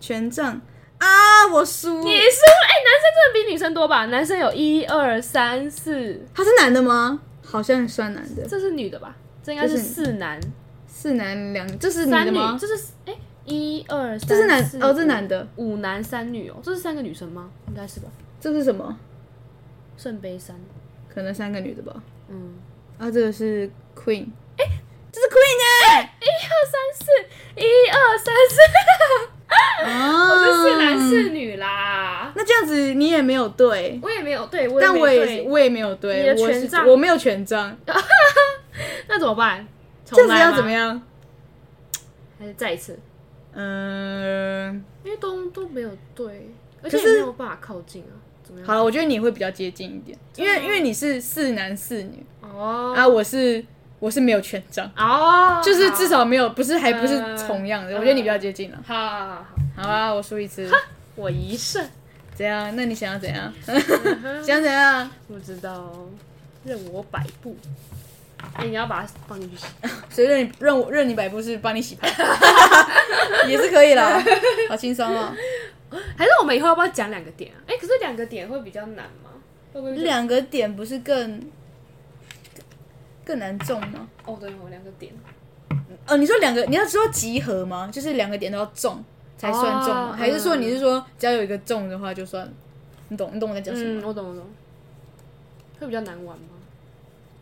[SPEAKER 2] 权杖啊，我输。
[SPEAKER 1] 你是哎、男生真的比女生多吧？男生有一二三四，
[SPEAKER 2] 他是男的吗？好像算男的，
[SPEAKER 1] 这是女的吧？这应该是
[SPEAKER 2] 这是
[SPEAKER 1] 四男
[SPEAKER 2] 四男两，这是女
[SPEAKER 1] 三
[SPEAKER 2] 的
[SPEAKER 1] 女
[SPEAKER 2] 吗，？
[SPEAKER 1] 这是哎、一二三，
[SPEAKER 2] 这是男
[SPEAKER 1] 四
[SPEAKER 2] 哦，这是
[SPEAKER 1] 五
[SPEAKER 2] 男的，
[SPEAKER 1] 五男三女哦，这是三个女生吗？应该是吧。
[SPEAKER 2] 这是什么？
[SPEAKER 1] 圣杯三，
[SPEAKER 2] 可能三个女的吧。
[SPEAKER 1] 嗯，
[SPEAKER 2] 啊，这个是 Queen，哎、这是 Queen 哎、
[SPEAKER 1] 一二三四，一二三四，
[SPEAKER 2] 啊，
[SPEAKER 1] 我哦是四男四女啦。
[SPEAKER 2] 那这样子你也没有对，
[SPEAKER 1] 我也没有对，我也
[SPEAKER 2] 但
[SPEAKER 1] 没
[SPEAKER 2] 我
[SPEAKER 1] 有
[SPEAKER 2] 也
[SPEAKER 1] 对，
[SPEAKER 2] 我也没有
[SPEAKER 1] 你
[SPEAKER 2] 对，
[SPEAKER 1] 的
[SPEAKER 2] 我
[SPEAKER 1] 权
[SPEAKER 2] 是
[SPEAKER 1] 杖
[SPEAKER 2] 我没有权杖，
[SPEAKER 1] 那怎么办？
[SPEAKER 2] 这
[SPEAKER 1] 重
[SPEAKER 2] 样子
[SPEAKER 1] 来
[SPEAKER 2] 要
[SPEAKER 1] 吗
[SPEAKER 2] 怎么？样？
[SPEAKER 1] 还是再一次？
[SPEAKER 2] 嗯，
[SPEAKER 1] 因为都都没有对，而
[SPEAKER 2] 可
[SPEAKER 1] 且
[SPEAKER 2] 是
[SPEAKER 1] 也没有办法靠近啊，怎么样？
[SPEAKER 2] 好了，我觉得你会比较接近一点，因
[SPEAKER 1] 真的
[SPEAKER 2] 为
[SPEAKER 1] 吗
[SPEAKER 2] 因为你是四男四女
[SPEAKER 1] 哦
[SPEAKER 2] 啊，我是我是没有权杖，
[SPEAKER 1] 哦，
[SPEAKER 2] 啊就是至少没有不是还不是
[SPEAKER 1] 嗯
[SPEAKER 2] 重样的，
[SPEAKER 1] 嗯
[SPEAKER 2] 我觉得你比较接近了。
[SPEAKER 1] 好好好好好
[SPEAKER 2] 好啊，我输一次，
[SPEAKER 1] 我一 胜，
[SPEAKER 2] 怎样？那你想要怎样？ 想怎样？
[SPEAKER 1] 不知道，任我百步。哎、你要把它放进去洗，
[SPEAKER 2] 所以任你任我任你摆布是帮你洗牌， 也是可以啦，好轻松哦。
[SPEAKER 1] 还是我们以后要不要讲两个点啊？哎、可是两个点会比较难吗？会不会
[SPEAKER 2] 两个点不是更更难中吗？
[SPEAKER 1] 哦，对，我两个点
[SPEAKER 2] 哦，你说两个，你要说集合吗？就是两个点都要中才算中吗？
[SPEAKER 1] 哦
[SPEAKER 2] 还是说你是说只要有一个中的话就算？你懂你懂我在讲什么？
[SPEAKER 1] 嗯，我懂我懂，会比较难玩吗？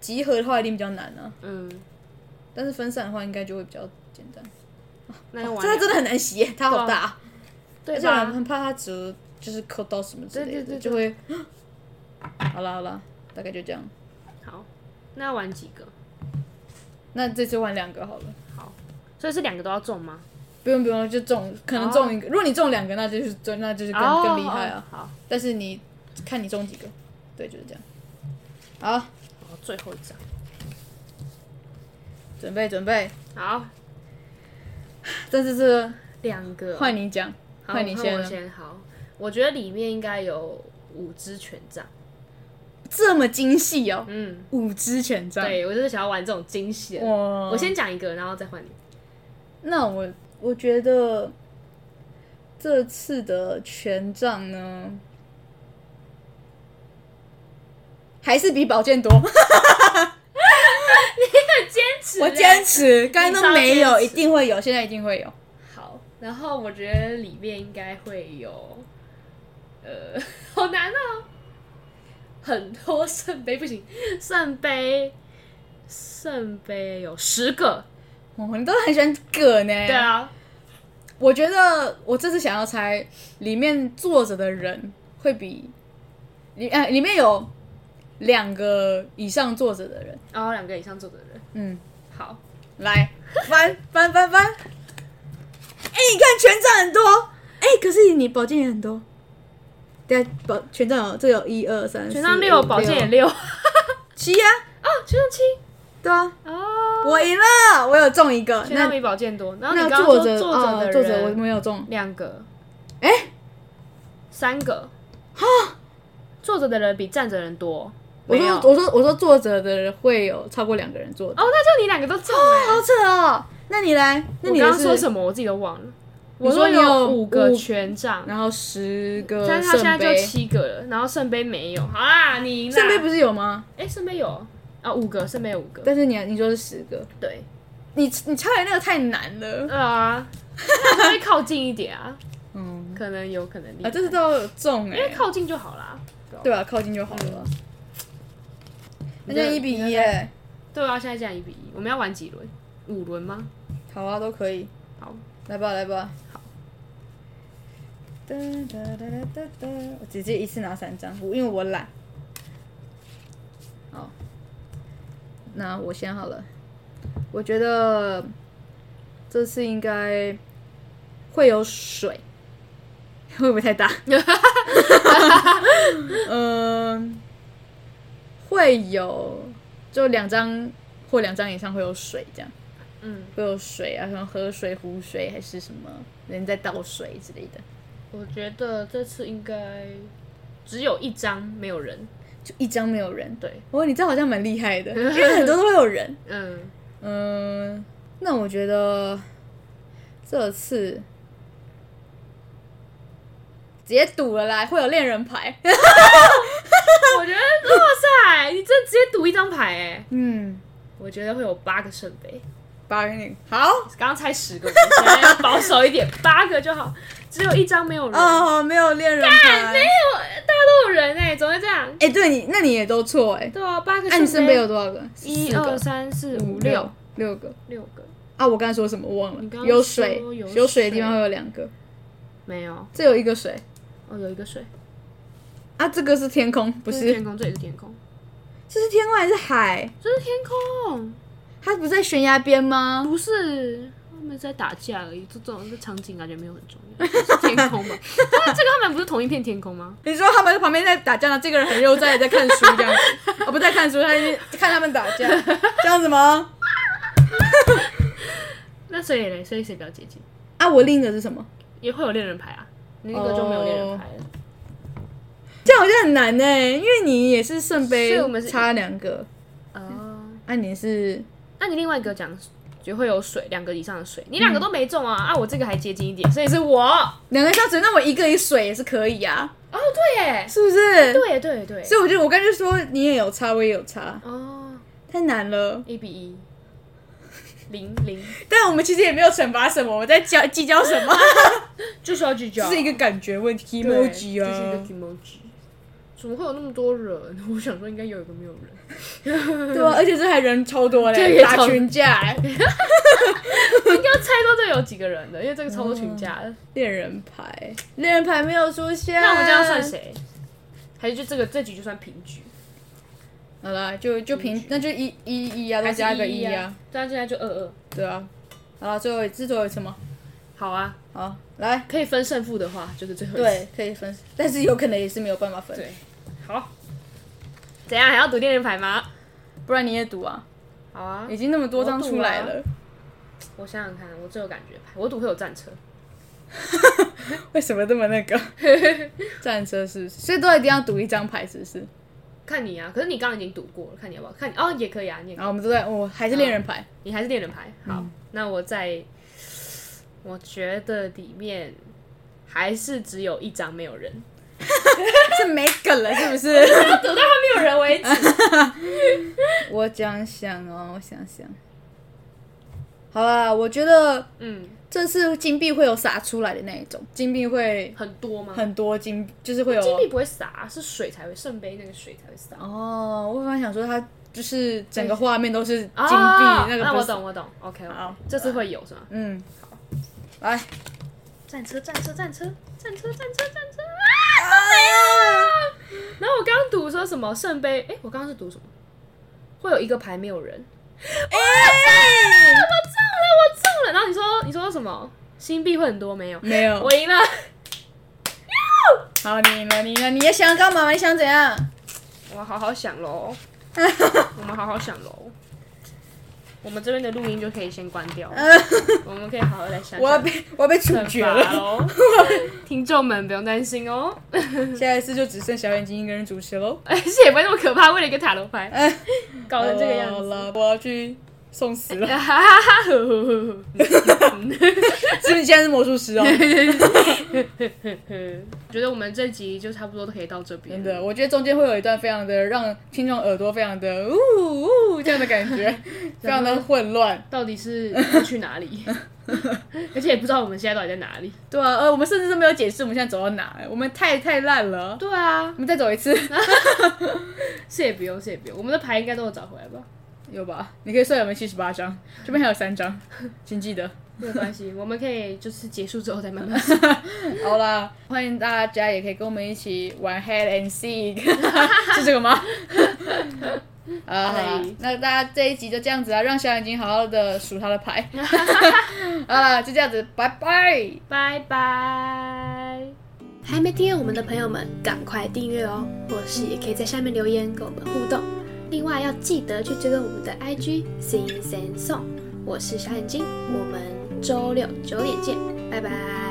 [SPEAKER 2] 集合的话一定比较难啊，
[SPEAKER 1] 嗯，
[SPEAKER 2] 但是分散的话应该就会比较简单。哦
[SPEAKER 1] 那要玩
[SPEAKER 2] 这个真的很难洗耶，它好
[SPEAKER 1] 对
[SPEAKER 2] 大啊，
[SPEAKER 1] 对
[SPEAKER 2] 而且我
[SPEAKER 1] 吧？
[SPEAKER 2] 很怕它折，就是扣到什么之类的，
[SPEAKER 1] 对对对对
[SPEAKER 2] 就会。 好啦好啦，大概就这样。
[SPEAKER 1] 好，那要玩几个？
[SPEAKER 2] 那这次玩两个好了，
[SPEAKER 1] 所以是两个都要中吗？
[SPEAKER 2] 不用不用，就中，可能中一个。如果你中两个，那就是中，那就是更、更厉害啊。
[SPEAKER 1] 哦！好，
[SPEAKER 2] 但是你看你中几个，对，就是这样。好，
[SPEAKER 1] 好，最后一张。
[SPEAKER 2] 准备准备，
[SPEAKER 1] 好，
[SPEAKER 2] 这次是
[SPEAKER 1] 两个。
[SPEAKER 2] 换你讲，
[SPEAKER 1] 好
[SPEAKER 2] 换你先
[SPEAKER 1] 我
[SPEAKER 2] 了。
[SPEAKER 1] 先。好，我觉得里面应该有五支权杖。
[SPEAKER 2] 这么精细哦，
[SPEAKER 1] 嗯，
[SPEAKER 2] 五支权杖。
[SPEAKER 1] 对我就是想要玩这种惊喜的。
[SPEAKER 2] 哇，
[SPEAKER 1] 我先讲一个，然后再换你。
[SPEAKER 2] 那我我觉得这次的权杖呢，还是比宝 剑多。
[SPEAKER 1] 坚持，欸
[SPEAKER 2] 我坚。持，刚才都没
[SPEAKER 1] 你超
[SPEAKER 2] 有，
[SPEAKER 1] 坚
[SPEAKER 2] 一
[SPEAKER 1] 持
[SPEAKER 2] 定会有，现在一定会有。
[SPEAKER 1] 好，然后我觉得里面应该会有，呃， 好难哦，很多圣杯不行，圣杯，圣杯有十个。
[SPEAKER 2] 哦，你都很喜欢葛呢。
[SPEAKER 1] 对啊，
[SPEAKER 2] 我觉得我这次想要猜里面坐着的人会比里呃里面有两个以上坐着的人，
[SPEAKER 1] 然后两个以上坐的人。
[SPEAKER 2] 嗯，
[SPEAKER 1] 好，
[SPEAKER 2] 来翻翻翻翻，哎、你看权杖很多，哎、可是你宝剑也很多，对啊，宝权杖有这有一二三，
[SPEAKER 1] 权杖六，宝剑也六。
[SPEAKER 2] 七呀、
[SPEAKER 1] 啊，权杖七
[SPEAKER 2] 对啊，
[SPEAKER 1] 哦，
[SPEAKER 2] 我赢了，我有中一个，
[SPEAKER 1] 权
[SPEAKER 2] 那
[SPEAKER 1] 杖比宝剑多。然后
[SPEAKER 2] 那
[SPEAKER 1] 你刚刚
[SPEAKER 2] 坐
[SPEAKER 1] 说
[SPEAKER 2] 着
[SPEAKER 1] 坐着
[SPEAKER 2] 哦
[SPEAKER 1] 的
[SPEAKER 2] 坐着我
[SPEAKER 1] 人
[SPEAKER 2] 没有中，
[SPEAKER 1] 两个、
[SPEAKER 2] 哎、
[SPEAKER 1] 三个，坐着的人比站着的人多。
[SPEAKER 2] 我
[SPEAKER 1] 没有
[SPEAKER 2] 说我说我说坐着的人会有超过两个人坐着。
[SPEAKER 1] 哦，那就你两个都中了。
[SPEAKER 2] 好扯哦！那你来，那
[SPEAKER 1] 我
[SPEAKER 2] 你
[SPEAKER 1] 刚刚说
[SPEAKER 2] 么？
[SPEAKER 1] 什么我自己都忘了。
[SPEAKER 2] 你
[SPEAKER 1] 我
[SPEAKER 2] 说你有
[SPEAKER 1] 有五个
[SPEAKER 2] 五
[SPEAKER 1] 权杖，
[SPEAKER 2] 然后十个
[SPEAKER 1] 但是他现在
[SPEAKER 2] 圣
[SPEAKER 1] 就
[SPEAKER 2] 杯，
[SPEAKER 1] 七个了，然后圣杯没有。好啦，你赢了。
[SPEAKER 2] 圣杯不是有吗？
[SPEAKER 1] 哎，圣杯有啊，五个，圣杯有五个。
[SPEAKER 2] 但是你你说是十个，
[SPEAKER 1] 对，
[SPEAKER 2] 你你猜的那个太难了
[SPEAKER 1] 呃啊，那会靠近一点啊，
[SPEAKER 2] 嗯
[SPEAKER 1] 可能有可能厉
[SPEAKER 2] 啊，
[SPEAKER 1] 害
[SPEAKER 2] 这次都有中哎、
[SPEAKER 1] 因为靠近就好啦。
[SPEAKER 2] 对吧、靠近就好了。
[SPEAKER 1] 嗯
[SPEAKER 2] 那就一比一哎、
[SPEAKER 1] 对啊，现在这样一比一，我们要玩几轮？五轮吗？
[SPEAKER 2] 好啊，都可以，
[SPEAKER 1] 好，
[SPEAKER 2] 来吧来吧。好。哒哒哒哒哒，我直接一次拿三张，我因为我懒。好，那我先好了。我觉得这次应该会有水， 会不会太大？ 嗯，会有，就两张或两张以上会有水这样。
[SPEAKER 1] 嗯，
[SPEAKER 2] 会有水啊，像喝水、湖水还是什么人在倒水之类的，
[SPEAKER 1] 我觉得这次应该只有一张没有人。
[SPEAKER 2] 就一张没有人。
[SPEAKER 1] 对，
[SPEAKER 2] 哦，你这好像蛮厉害的，因为很多都会有人。
[SPEAKER 1] 嗯，
[SPEAKER 2] 嗯，那我觉得这次直接赌了啦，会有恋人牌。
[SPEAKER 1] 我觉得哇塞，你这直接赌一张牌哎、
[SPEAKER 2] 嗯，
[SPEAKER 1] 我觉得会有八个圣杯，
[SPEAKER 2] 八个你 好
[SPEAKER 1] 刚刚猜十个，我们现在要保守一 点，八个就好，只有一张没有人，
[SPEAKER 2] 哦，没有恋人牌。
[SPEAKER 1] 都有人哎、怎么会这样？
[SPEAKER 2] 哎、对你，那你也都错哎、
[SPEAKER 1] 对啊，八个
[SPEAKER 2] 那、你身
[SPEAKER 1] 圣
[SPEAKER 2] 边有多少个？
[SPEAKER 1] 一
[SPEAKER 2] 四个
[SPEAKER 1] 二、三四五
[SPEAKER 2] 六
[SPEAKER 1] 六
[SPEAKER 2] 六个
[SPEAKER 1] 六个
[SPEAKER 2] 啊！我刚才说什么我忘了
[SPEAKER 1] 你刚？刚
[SPEAKER 2] 有
[SPEAKER 1] 说
[SPEAKER 2] 水，
[SPEAKER 1] 有
[SPEAKER 2] 有水的地方
[SPEAKER 1] 水
[SPEAKER 2] 会有两个，
[SPEAKER 1] 没有
[SPEAKER 2] 这有一个水
[SPEAKER 1] 哦，有一个水
[SPEAKER 2] 啊，这个是天空，不
[SPEAKER 1] 不
[SPEAKER 2] 是？
[SPEAKER 1] 天空，这里是天空，
[SPEAKER 2] 这是天空还是海？
[SPEAKER 1] 这是天空，
[SPEAKER 2] 它不是在悬崖边吗？
[SPEAKER 1] 不是他们在打架而已，这种这场景感觉没有很重要，是天 空吧？但是这个他们不是同一片天空吗？
[SPEAKER 2] 你说他们在旁边在打架呢，这个人很悠哉地在看书 这样子，哦，不在看书，他在看他们打架，这样子 吗？
[SPEAKER 1] 那所以嘞，所以谁比较接近？
[SPEAKER 2] 啊，我另一个是什么？
[SPEAKER 1] 也会有恋人牌啊，你那个就没有恋人牌了。
[SPEAKER 2] 这样我觉得很难呢、欸因为你也是圣杯
[SPEAKER 1] 所以我们是
[SPEAKER 2] 差两个，
[SPEAKER 1] 哦，
[SPEAKER 2] 啊，你是
[SPEAKER 1] 那你另外一个讲就会有水，两个以上的水，你两个都没中啊，啊，我这个还接近一点，所以是我。哦，
[SPEAKER 2] 两个上水，那我一个一水也是可以啊，
[SPEAKER 1] 对耶，
[SPEAKER 2] 是不是？
[SPEAKER 1] 对耶对耶对耶，
[SPEAKER 2] 所以我就我刚才就说你也有差，我也有差，
[SPEAKER 1] 哦，E
[SPEAKER 2] 太难了。
[SPEAKER 1] 一比一，零零，
[SPEAKER 2] 但我们其实也没有惩罚什么，我们在教计较什么，
[SPEAKER 1] 就是要聚焦
[SPEAKER 2] 是一个感觉问题
[SPEAKER 1] 对
[SPEAKER 2] ，emoji
[SPEAKER 1] 这是一个
[SPEAKER 2] 啊，
[SPEAKER 1] emoji。怎么会有那么多人？ 我想说应该有一个没有人。
[SPEAKER 2] 对啊，而且这还人超多
[SPEAKER 1] 这
[SPEAKER 2] 嘞，
[SPEAKER 1] 也
[SPEAKER 2] 打
[SPEAKER 1] 超
[SPEAKER 2] 群架欸，
[SPEAKER 1] 应该猜到这有几个人的，因为这个超多群架的。
[SPEAKER 2] 恋人牌，恋人牌没有出现，
[SPEAKER 1] 那我们这样算？谁？还是就这个这局就算平局？
[SPEAKER 2] 好了，就就平，那就一一一啊，再
[SPEAKER 1] 还是
[SPEAKER 2] 加一个
[SPEAKER 1] 一
[SPEAKER 2] 一啊，，
[SPEAKER 1] 对啊，现在就二二。
[SPEAKER 2] 对啊，好了，最后一次最后一次吗？
[SPEAKER 1] 好啊，
[SPEAKER 2] 好，来，
[SPEAKER 1] 可以分胜负的话，就是最后一次。
[SPEAKER 2] 对，可以分，但是有可能也是没有办法分，
[SPEAKER 1] 对，好。怎样还要赌恋人牌吗？
[SPEAKER 2] 不然你也赌啊，
[SPEAKER 1] 好啊
[SPEAKER 2] 已，经那么多张出来了，
[SPEAKER 1] 我想想看，我最有感觉牌，我赌会有战车。
[SPEAKER 2] 为什么这么那个？ 战车是不是？所以都一定要赌一张牌，是不是？
[SPEAKER 1] 看你啊，可是你刚刚已经赌过了，看你要不要看你哦，也可以啊，你也可以
[SPEAKER 2] 然后我们都在，我、还是恋人牌，
[SPEAKER 1] 你还是恋人牌。好，
[SPEAKER 2] 嗯
[SPEAKER 1] 那我在，我觉得里面还是只有一张没有人，
[SPEAKER 2] 是没梗了，是不是？
[SPEAKER 1] 要赌到他没有人为止。
[SPEAKER 2] 我想想哦，我想想，好啦，我觉得
[SPEAKER 1] 嗯，
[SPEAKER 2] 这次金币会有撒出来的那一种，金币会
[SPEAKER 1] 很多吗？
[SPEAKER 2] 很多金，就是会有
[SPEAKER 1] 金币不会洒，是水才会，圣杯那个水才会洒。
[SPEAKER 2] 哦，我本来想说它就是整个画面都是金币，
[SPEAKER 1] 哦
[SPEAKER 2] 那个
[SPEAKER 1] 那
[SPEAKER 2] 不
[SPEAKER 1] 我
[SPEAKER 2] 是，
[SPEAKER 1] 懂，我懂。OK，
[SPEAKER 2] 好
[SPEAKER 1] OK，这次会有是吗？
[SPEAKER 2] 嗯，好，来，
[SPEAKER 1] 啊战车，战车，战车，战车，战车，战车啊！都没了。然后我刚刚读说什么圣杯？哎，我刚刚是读什么？会有一个牌没有人，
[SPEAKER 2] 哎，
[SPEAKER 1] 我中了，我中了。嗯然后你说你说什么？新币会很多没有？
[SPEAKER 2] 没有，
[SPEAKER 1] 我赢了。
[SPEAKER 2] 好，你赢了，你赢了，你也想干嘛？你想怎样？
[SPEAKER 1] 我好好想喽， 我们好好想喽。我们这边的录音就可以先关 掉，我们可以好好来想想。
[SPEAKER 2] 我要 被我要被处
[SPEAKER 1] 惩
[SPEAKER 2] 决
[SPEAKER 1] 罚
[SPEAKER 2] 了，
[SPEAKER 1] 喽，听众们不用担心哦，
[SPEAKER 2] 下一次就只剩小眼睛一个人主持喽。
[SPEAKER 1] 而且也不会那么可怕，为了一个塔罗牌
[SPEAKER 2] 哎，
[SPEAKER 1] 搞哦成这个样
[SPEAKER 2] 好
[SPEAKER 1] 子。
[SPEAKER 2] 了，我要去送死了。
[SPEAKER 1] 哈哈哈呵呵呵
[SPEAKER 2] 是不是你现在是魔术师哦？
[SPEAKER 1] 呵，觉得我们这集就差不多都可以到这边。
[SPEAKER 2] 真的，，我觉得中间会有一段非常的让听众耳朵非常的呜呜这样的感 觉，非常的混乱。
[SPEAKER 1] 到底是要去哪里？而且也不知道我们现在到底在哪里。
[SPEAKER 2] 对啊，呃，我们甚至都没有解释我们现在走到哪，我们太太烂了。
[SPEAKER 1] 对啊
[SPEAKER 2] 我，们再走一次，
[SPEAKER 1] 是也不用，是也不用，我们的牌应该都有找回来吧？
[SPEAKER 2] 有吧？你可以算我们七十八张，这边还有三 张，请记得。
[SPEAKER 1] 没有关系，我们可以就是结束之后再慢慢说。
[SPEAKER 2] 好啦，欢迎大家也可以跟我们一起玩 Head and Seek，是 这个吗？啊，好啦
[SPEAKER 1] 哎
[SPEAKER 2] 那大家这一集就这样子啊，让小眼睛好好的数他的 牌。好啦，就这样子，拜拜。
[SPEAKER 1] 拜拜。
[SPEAKER 3] 还没订阅我们的朋友们，赶快订阅哦！或是也可以在下面留言跟我们互动。另外要记得去追踪我们的 IG Sing Sing Song，我是小眼睛，我们周六九点见，拜拜。